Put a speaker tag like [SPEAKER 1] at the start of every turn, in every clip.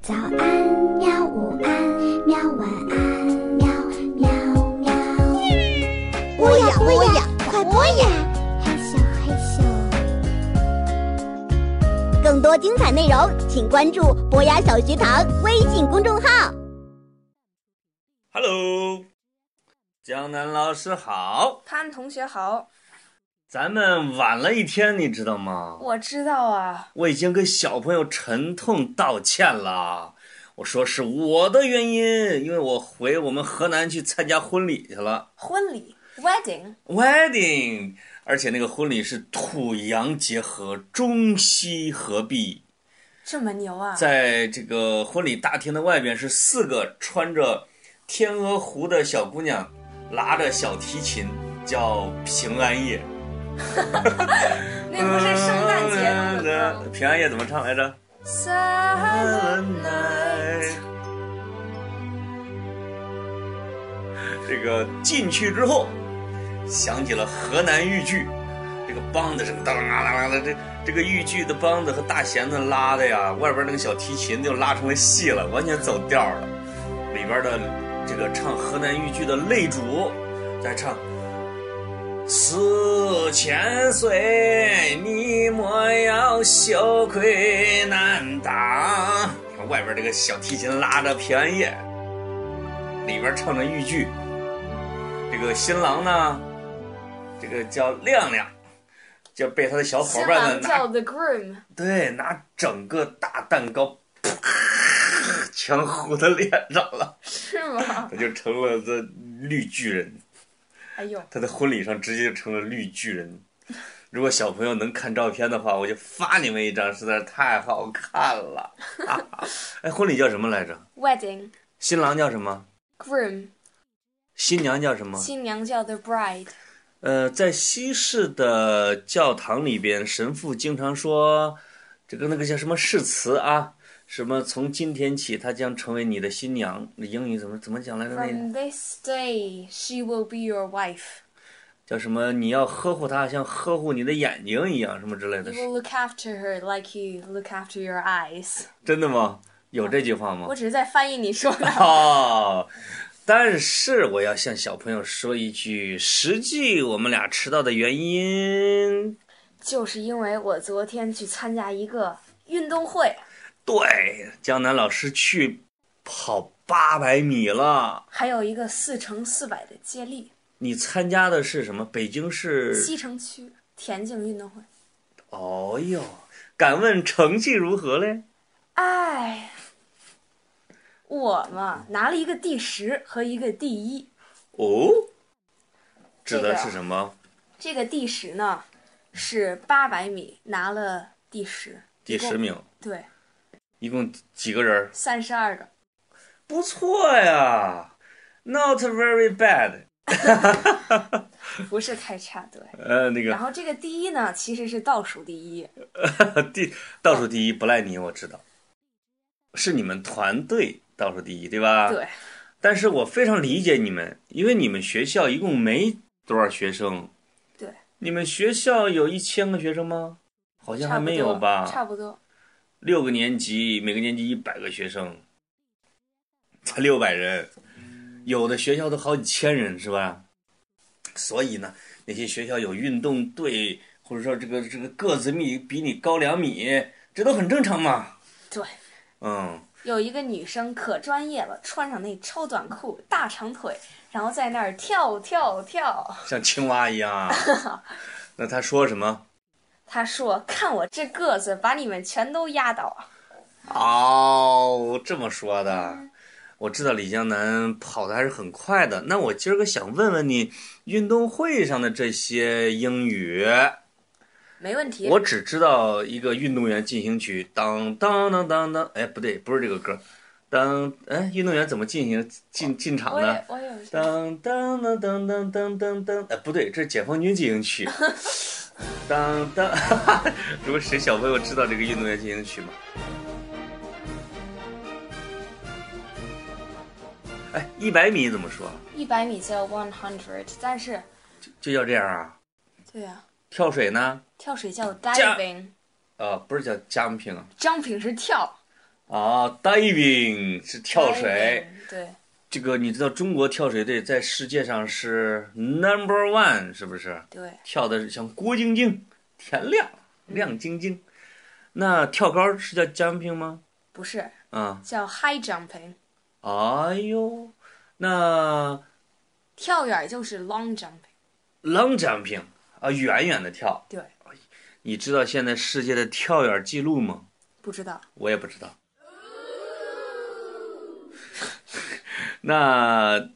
[SPEAKER 1] 早安，喵！午安，喵！晚安，喵！喵喵。播呀播呀，快播呀！害羞害羞。
[SPEAKER 2] 更多精彩内容，请关注博雅小学堂微信公众号。
[SPEAKER 3] Hello，江南老师好，
[SPEAKER 4] 潘同学好，
[SPEAKER 3] 咱们晚了一天，你知道吗？
[SPEAKER 4] 我知道啊，
[SPEAKER 3] 我已经给小朋友沉痛道歉了，我说是我的原因，因为我回我们河南去参加婚礼去了
[SPEAKER 4] 婚礼 wedding，
[SPEAKER 3] ，wedding，而且那个婚礼是土洋结合，中西合璧，
[SPEAKER 4] 这么牛啊！
[SPEAKER 3] 在这个婚礼大厅的外边是四个穿着天鹅湖的小姑娘，拉着小提琴，叫平安夜。
[SPEAKER 4] 那不是圣诞节弄的歌。
[SPEAKER 3] 平安夜怎么唱来着
[SPEAKER 4] Silent night，
[SPEAKER 3] 这个进去之后，响起了河南豫剧，这个梆子声当啷啷啷的，这这个豫剧的梆子和大弦子拉的呀，外边那个小提琴就拉成了戏了，完全走调了。里边的这个唱河南豫剧的擂主在唱。四千岁，你莫要羞愧难当。你看外边这个小提琴拉着平安夜，里边唱着豫剧。这个新郎呢，这个叫亮亮，就被他的小伙
[SPEAKER 4] 新
[SPEAKER 3] 伴们
[SPEAKER 4] 郎
[SPEAKER 3] 拿
[SPEAKER 4] 叫 the groom，
[SPEAKER 3] 对，拿整个大蛋糕， 啪全糊他脸上了，
[SPEAKER 4] 是吗？
[SPEAKER 3] 他就成了这绿巨人。
[SPEAKER 4] 哎呦，
[SPEAKER 3] 他在婚礼上直接就成了绿巨人。如果小朋友能看照片的话，我就发你们一张，实在是太好看了。 哈哈哎，婚礼叫什么来着？
[SPEAKER 4] wedding
[SPEAKER 3] 新郎叫什么？
[SPEAKER 4] groom，
[SPEAKER 3] 新娘叫什么？
[SPEAKER 4] 新娘叫 the bride，
[SPEAKER 3] 呃，在西式的教堂里边，神父经常说，这个那个叫什么誓词啊，什么从今天起，她将成为你的新娘。那英语怎么怎么讲来着？那个
[SPEAKER 4] From this day, she will be your wife.
[SPEAKER 3] 叫什么？你要呵护她，像呵护你的眼睛一样，什么之类
[SPEAKER 4] You
[SPEAKER 3] 的。
[SPEAKER 4] will look after her like you look after your eyes.
[SPEAKER 3] 真的吗？有这句话吗
[SPEAKER 4] 我？只是在翻译你说的。
[SPEAKER 3] 哦，但是我要向小朋友说一句，实际我们俩迟到的原因，
[SPEAKER 4] 就是因为我昨天去参加一个运动会，
[SPEAKER 3] 对，江南老师去跑八百米了。
[SPEAKER 4] 还有一个四乘四百的接力。
[SPEAKER 3] 你参加的是什么？北京市？
[SPEAKER 4] 西城区田径运动会。
[SPEAKER 3] 哦呦，敢问成绩如何嘞？
[SPEAKER 4] 哎，我嘛拿了一个第十和一个第一。
[SPEAKER 3] 哦，指
[SPEAKER 4] 这
[SPEAKER 3] 的
[SPEAKER 4] 个
[SPEAKER 3] 是什么？
[SPEAKER 4] 这个第十呢是八百米，拿了第十。
[SPEAKER 3] 第十名，
[SPEAKER 4] 对，
[SPEAKER 3] 一共几个人？
[SPEAKER 4] 三十二个。
[SPEAKER 3] 不错呀，not very bad。
[SPEAKER 4] 不是太差，对。
[SPEAKER 3] 呃，那
[SPEAKER 4] 然
[SPEAKER 3] 个
[SPEAKER 4] 后这个第一呢，其实是倒数第一，
[SPEAKER 3] 第倒数第一不赖你，我知道，是你们团队倒数第一，对吧？。
[SPEAKER 4] 对，
[SPEAKER 3] 但是我非常理解你们，因为你们学校一共没多少学生。
[SPEAKER 4] 对。
[SPEAKER 3] 你们学校有一千个学生吗？好像
[SPEAKER 4] 差
[SPEAKER 3] 还
[SPEAKER 4] 不
[SPEAKER 3] 没有
[SPEAKER 4] 多
[SPEAKER 3] 吧？
[SPEAKER 4] 差不多，
[SPEAKER 3] 六个年级，每个年级一百个学生，才六百人，有的学校都好几千人，是吧？所以呢，那些学校有运动队，或者说这个这个个子比比你高两米，这都很正常嘛。
[SPEAKER 4] 对。
[SPEAKER 3] 嗯，
[SPEAKER 4] 有一个女生可专业了，穿上那超短裤、大长腿，然后在那儿跳跳跳。
[SPEAKER 3] 像青蛙一样啊。那他说什么？
[SPEAKER 4] 她说：“看我这个子，把你们全都压倒。”
[SPEAKER 3] 哦，这么说的，我知道李江南跑的还是很快的。那我今儿个想问问你，运动会上的这些英语，
[SPEAKER 4] 没问题。
[SPEAKER 3] 我只知道一个运动员进行曲，当当当当当，哎，不对，不是这个歌，当哎，运动员怎么进行进进场
[SPEAKER 4] 哦我
[SPEAKER 3] 呢
[SPEAKER 4] 也？我也有这
[SPEAKER 3] 当当当当当当当当，哎，不对，这是解放军进行 曲。当当， 如果谁小朋友知道这个运动员进行曲吗？哎，一百米怎么说？
[SPEAKER 4] 一百米叫 one hundred，但是
[SPEAKER 3] 就叫这样啊？
[SPEAKER 4] 对啊，
[SPEAKER 3] 跳水呢？
[SPEAKER 4] 跳水叫 diving，jumping
[SPEAKER 3] 啊呃，不是叫 jumping 啊
[SPEAKER 4] 是跳，
[SPEAKER 3] 啊，diving 是跳水。
[SPEAKER 4] 哎，对，
[SPEAKER 3] 这个你知道中国跳水队在世界上是 number one 是不是？
[SPEAKER 4] 对，
[SPEAKER 3] 跳的是像郭晶晶、田亮、亮晶晶。那跳高是叫 jumping 吗？
[SPEAKER 4] 不是
[SPEAKER 3] 啊，
[SPEAKER 4] 叫 high jumping，
[SPEAKER 3] 哎呦，那
[SPEAKER 4] 跳远就是 long jumping。
[SPEAKER 3] long jumping 啊，远远的跳。
[SPEAKER 4] 对，
[SPEAKER 3] 你知道现在世界的跳远记录吗？
[SPEAKER 4] 不知道，
[SPEAKER 3] 我也不知道。 那，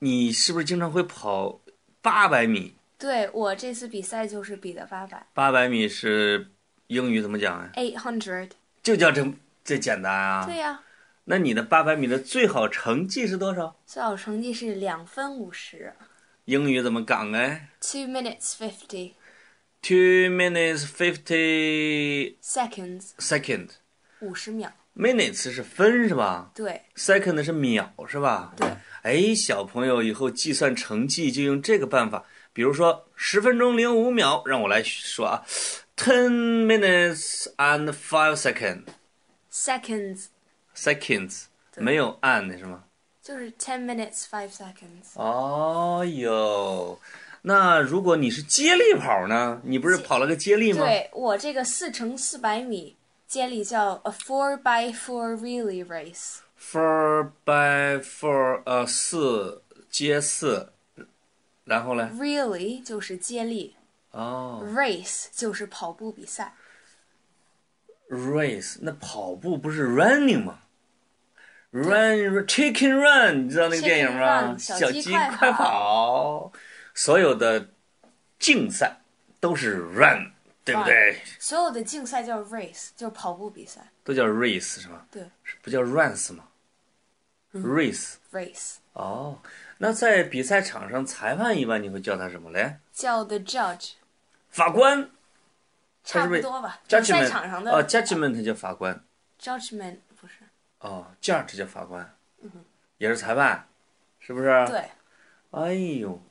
[SPEAKER 3] 你是不是经常会跑八百米？
[SPEAKER 4] 对我这次比赛就是比的八百
[SPEAKER 3] 八百米是英语怎么讲啊？
[SPEAKER 4] eight hundred。
[SPEAKER 3] 就叫这这简单啊？
[SPEAKER 4] 对呀、
[SPEAKER 3] 那你的八百米的最好成绩是多少？
[SPEAKER 4] 最好成绩是两分五十
[SPEAKER 3] 英语怎么讲哎
[SPEAKER 4] ，two minutes fifty
[SPEAKER 3] ？Two minutes fifty
[SPEAKER 4] seconds，
[SPEAKER 3] second。
[SPEAKER 4] 五十秒。
[SPEAKER 3] Minutes 是分是吧
[SPEAKER 4] 对，
[SPEAKER 3] ？Second 是秒是吧？
[SPEAKER 4] 对。
[SPEAKER 3] 哎，小朋友以后计算成绩就用这个办法，比如说十分钟零五秒，让我来说啊，ten minutes and five second
[SPEAKER 4] seconds
[SPEAKER 3] seconds，
[SPEAKER 4] 对
[SPEAKER 3] 没有 and 是吗？
[SPEAKER 4] 就是 ten minutes five seconds。
[SPEAKER 3] 哦哟，那如果你是接力跑呢？你不是
[SPEAKER 4] 接
[SPEAKER 3] 跑了个接力吗？
[SPEAKER 4] 对我这个四乘四百米接力叫 a four by four relay race，
[SPEAKER 3] ，four by four，呃，四接四，然后嘞？
[SPEAKER 4] relay 就是接力
[SPEAKER 3] 哦。
[SPEAKER 4] ，race 就是跑步比赛。
[SPEAKER 3] race，那跑步不是 running 吗？Run Chicken Run，你知道那个电影吗？
[SPEAKER 4] Chicken Run，小鸡
[SPEAKER 3] 鸡
[SPEAKER 4] 快
[SPEAKER 3] 快跑，所有的竞赛都是 run，对不对？
[SPEAKER 4] 所有的竞赛叫 race，就是跑步比赛。
[SPEAKER 3] 都叫 race 是吧？
[SPEAKER 4] 对
[SPEAKER 3] 是不叫 runs 吗？race
[SPEAKER 4] 嗯，race
[SPEAKER 3] 哦，那在比赛场上，裁判一般你会叫他什么嘞？
[SPEAKER 4] 叫 the judge，
[SPEAKER 3] 法官
[SPEAKER 4] 差
[SPEAKER 3] 是不
[SPEAKER 4] 不
[SPEAKER 3] 是
[SPEAKER 4] 多吧。比赛
[SPEAKER 3] ，judgment
[SPEAKER 4] 场上的
[SPEAKER 3] 哦，judgment 叫法官
[SPEAKER 4] judgment 不是
[SPEAKER 3] 哦，judge 叫法官，也是裁判，是不是？
[SPEAKER 4] 嗯对，
[SPEAKER 3] 哎呦，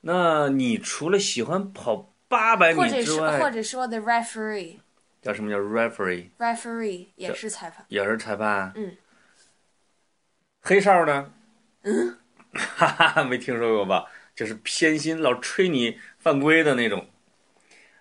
[SPEAKER 3] 那你除了喜欢跑八百
[SPEAKER 4] 或
[SPEAKER 3] 米
[SPEAKER 4] 者
[SPEAKER 3] 之
[SPEAKER 4] 是或
[SPEAKER 3] 外，
[SPEAKER 4] 者说 the referee，referee
[SPEAKER 3] 叫什么叫 referee，
[SPEAKER 4] 也是裁判。
[SPEAKER 3] 也是裁判？啊
[SPEAKER 4] 嗯。
[SPEAKER 3] 黑哨呢？嗯。哈哈， 没听说过吧？就是偏心，老吹你犯规的那种。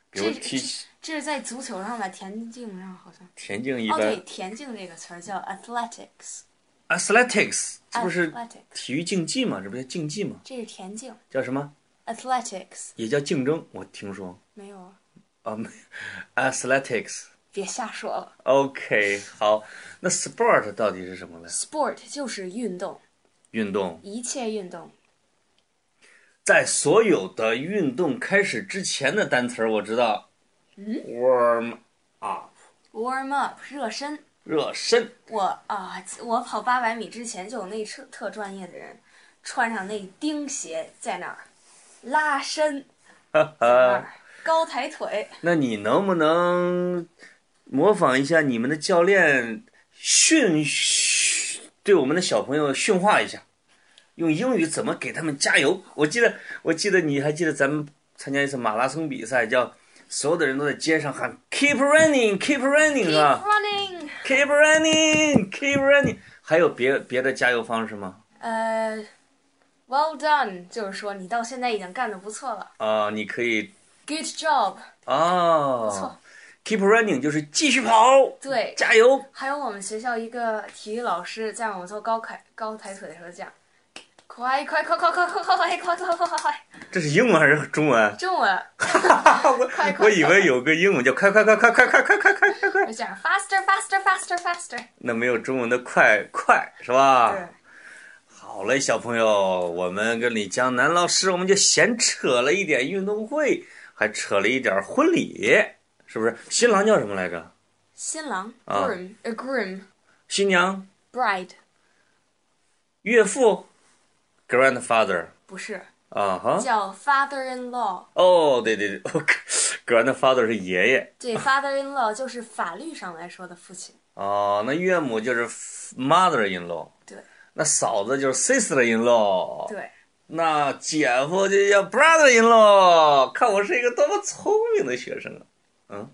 [SPEAKER 3] 比如
[SPEAKER 4] 这
[SPEAKER 3] 踢
[SPEAKER 4] 这是在足球上吧，田径上好像。
[SPEAKER 3] 田径一
[SPEAKER 4] 哦，对，
[SPEAKER 3] 般
[SPEAKER 4] 田径这个词儿叫 athletics，
[SPEAKER 3] ，athletics，这不是
[SPEAKER 4] athletics
[SPEAKER 3] 体育竞技嘛？这不叫竞技嘛？
[SPEAKER 4] 这是田径
[SPEAKER 3] 叫什么？
[SPEAKER 4] athletics，
[SPEAKER 3] 也叫竞争？我听说
[SPEAKER 4] 没有啊，
[SPEAKER 3] 啊，没 athletics。
[SPEAKER 4] 别瞎说了。
[SPEAKER 3] OK，好，那 sport 到底是什么呢？
[SPEAKER 4] sport 就是运动，
[SPEAKER 3] 运动，
[SPEAKER 4] 一切运动。
[SPEAKER 3] 在所有的运动开始之前的单词儿我知道、warm
[SPEAKER 4] 嗯
[SPEAKER 3] up，
[SPEAKER 4] warm up 热身，
[SPEAKER 3] 热身。
[SPEAKER 4] 我啊，我跑八百米之前就有那特特专业的人，穿上那钉鞋在那儿拉伸，在那儿高抬腿。
[SPEAKER 3] 呃那你能不能模仿一下你们的教练训训对我们的小朋友训话一下，用英语怎么给他们加油？我记得，我记得你还记得咱们参加一次马拉松比赛，叫所有的人都在街上喊 “keep running”，“keep running” 是
[SPEAKER 4] Keep
[SPEAKER 3] 吧？
[SPEAKER 4] running，
[SPEAKER 3] Keep running, keep running。还有别别的加油方式吗？
[SPEAKER 4] 呃，well done，就是说你到现在已经干得不错了
[SPEAKER 3] 啊、你可以
[SPEAKER 4] ，good job。
[SPEAKER 3] 哦
[SPEAKER 4] 错
[SPEAKER 3] ，keep running 就是继续跑，
[SPEAKER 4] 对，
[SPEAKER 3] 加油。
[SPEAKER 4] 还有我们学校一个体育老师在我们做高抬高抬腿的时候讲，快快快快快快快快快快快快，
[SPEAKER 3] 这是英文还是中文？
[SPEAKER 4] 中文
[SPEAKER 3] 我
[SPEAKER 4] 快快
[SPEAKER 3] 我以为有个英文叫快快快快快快快快快，
[SPEAKER 4] 就讲 faster faster faster faster。
[SPEAKER 3] 那没有中文的快快是吧？
[SPEAKER 4] 对，
[SPEAKER 3] 好嘞，小朋友，我们跟李江南老师，我们就闲扯了一点运动会，还扯了一点婚礼，是不是？新郎叫什么来着？
[SPEAKER 4] 新郎
[SPEAKER 3] 啊
[SPEAKER 4] groom a groom
[SPEAKER 3] 新娘、
[SPEAKER 4] bride
[SPEAKER 3] 岳父，grandfather。
[SPEAKER 4] 不是
[SPEAKER 3] 啊哈！
[SPEAKER 4] 叫 father in law，
[SPEAKER 3] 哦，对对对，OK，grandfather 是爷爷
[SPEAKER 4] 对 father in law 就是法律上来说的父亲。
[SPEAKER 3] 哦，那岳母就是 mother in law，
[SPEAKER 4] 对
[SPEAKER 3] 那嫂子就是 sister in law，
[SPEAKER 4] 对，
[SPEAKER 3] 那姐夫就叫 brother in law。看我是一个多么聪明的学生啊！嗯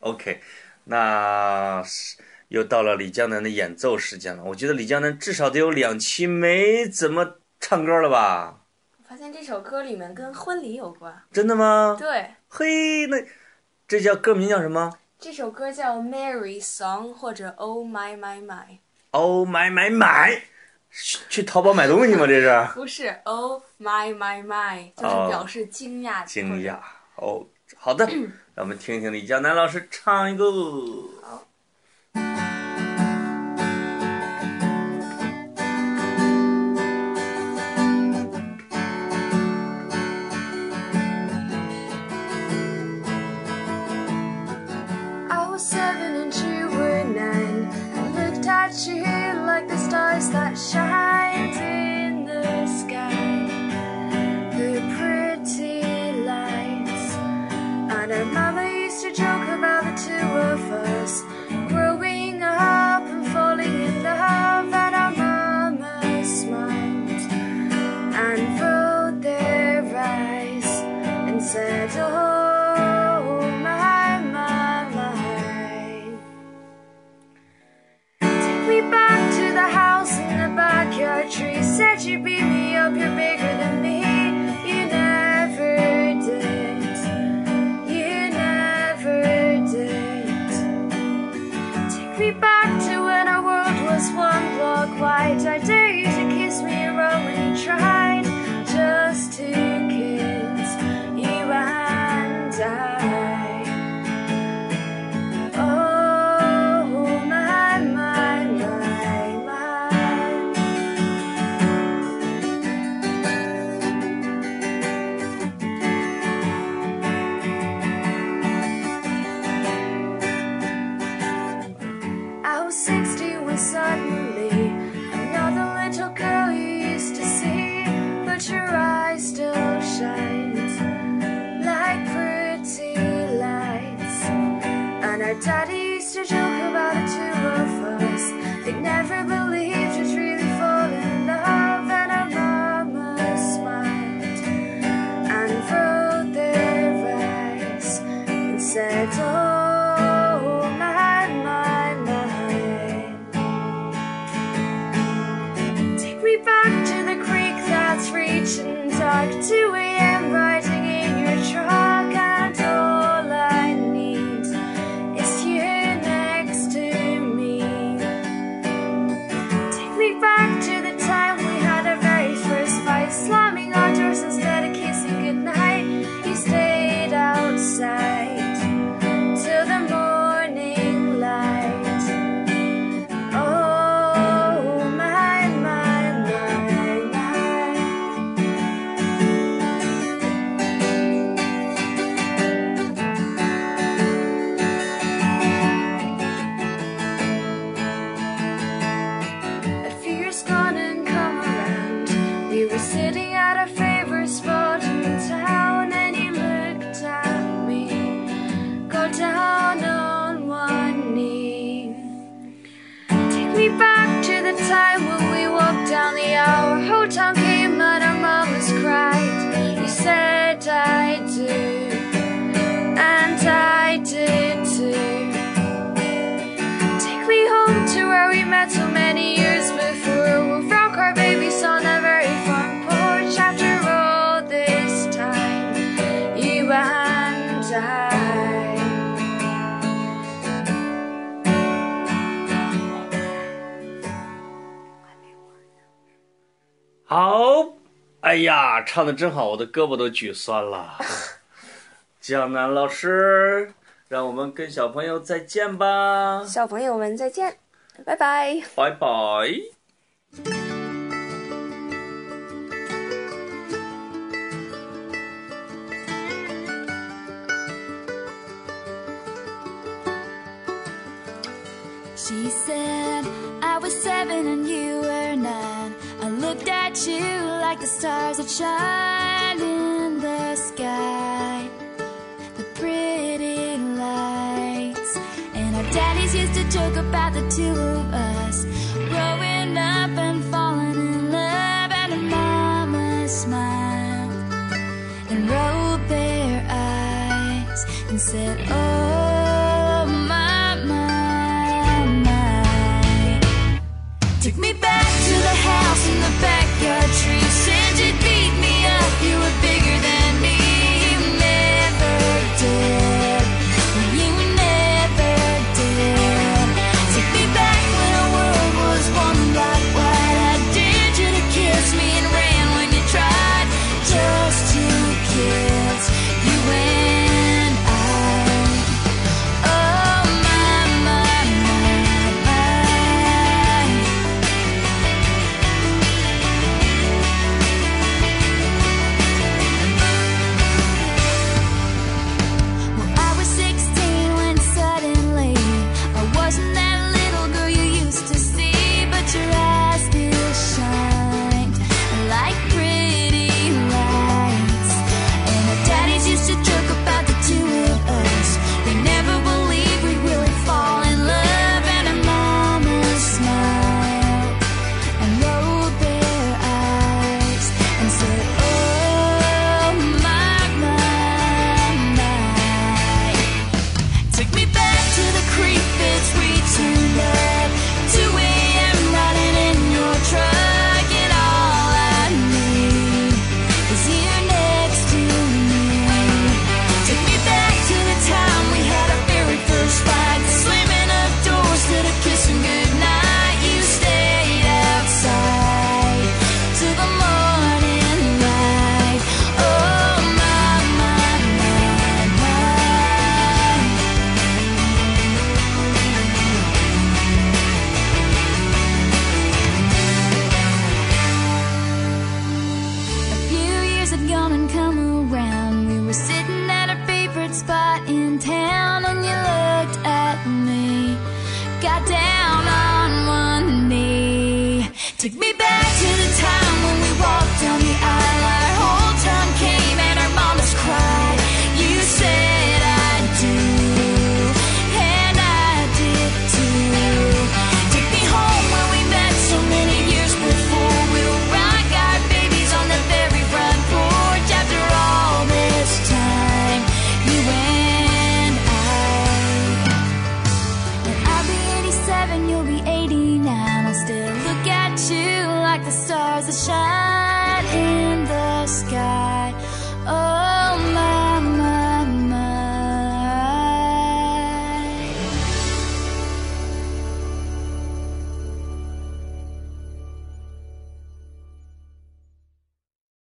[SPEAKER 3] ，OK，那是又到了李江南的演奏时间了。我觉得李江南至少得有两期没怎么唱歌了吧？
[SPEAKER 5] 我发现这首歌里面跟婚礼有关。
[SPEAKER 3] 真的吗？
[SPEAKER 5] 对，
[SPEAKER 3] 嘿，那这叫歌名叫什么
[SPEAKER 5] 这首歌叫《Mary Song》或者《Oh My My My》，
[SPEAKER 3] ？Oh 买买买！去去淘宝买东西吗？这是
[SPEAKER 5] 不是 Oh My My My，就是
[SPEAKER 3] 哦
[SPEAKER 5] 表示惊讶。
[SPEAKER 3] 惊讶。哦，好的，让我们听听李江南老师唱一个。
[SPEAKER 4] I was seven and you were nine. I looked at you like the stars that shined in the sky. The pretty lights. And our mama used to joke about the two of us growing up and falling in love. And our mama smiled and rolled their eyes and said, Oh, my, my, my. Take me back to the house in the backyard tree. Said you beat me up, you're bigger than me. You never did. You never did. Take me back to when our world was one block wide. I dare you to kiss me and run when you tried. Just to kiss you and I. Oh my my my my. I was 60 when suddenly another little girl you used to see, but your eyes still shined like pretty lights. And our daddy used to joke about the two of us. They never believed you'd really fall in love, and our mama smiled and rolled their eyes and said, Oh, my, my, my. Take me back to the creek that's reaching dark, 2 a.m. riding in your truck, and all I need is you next to me. Take me back to the time we had our very first fight, slamming our doors instead of kissing goodnight. You stayed outside till the morning light. Oh my my my my. At fear's gone and come around. We were sitting at our favorite spot in town, and you looked at me. Go down on one knee. Take me back to the time when we walked down the hour. Whole town came and our mamas cried. You said I do, and I did too. Take me home to where we met so many years before. We rock our babies on the very front porch. After all this time, you and I.
[SPEAKER 3] 好，哎呀，唱的真好，我的胳膊都举酸了。江南老师，让我们跟小朋友再见吧，
[SPEAKER 5] 小朋友们再见，拜拜。
[SPEAKER 3] 拜拜。
[SPEAKER 4] She said, I was seven and you were nine. I looked at you like the stars that shine in the sky. The pretty lights. And our daddies used to joke about the two of "Oh,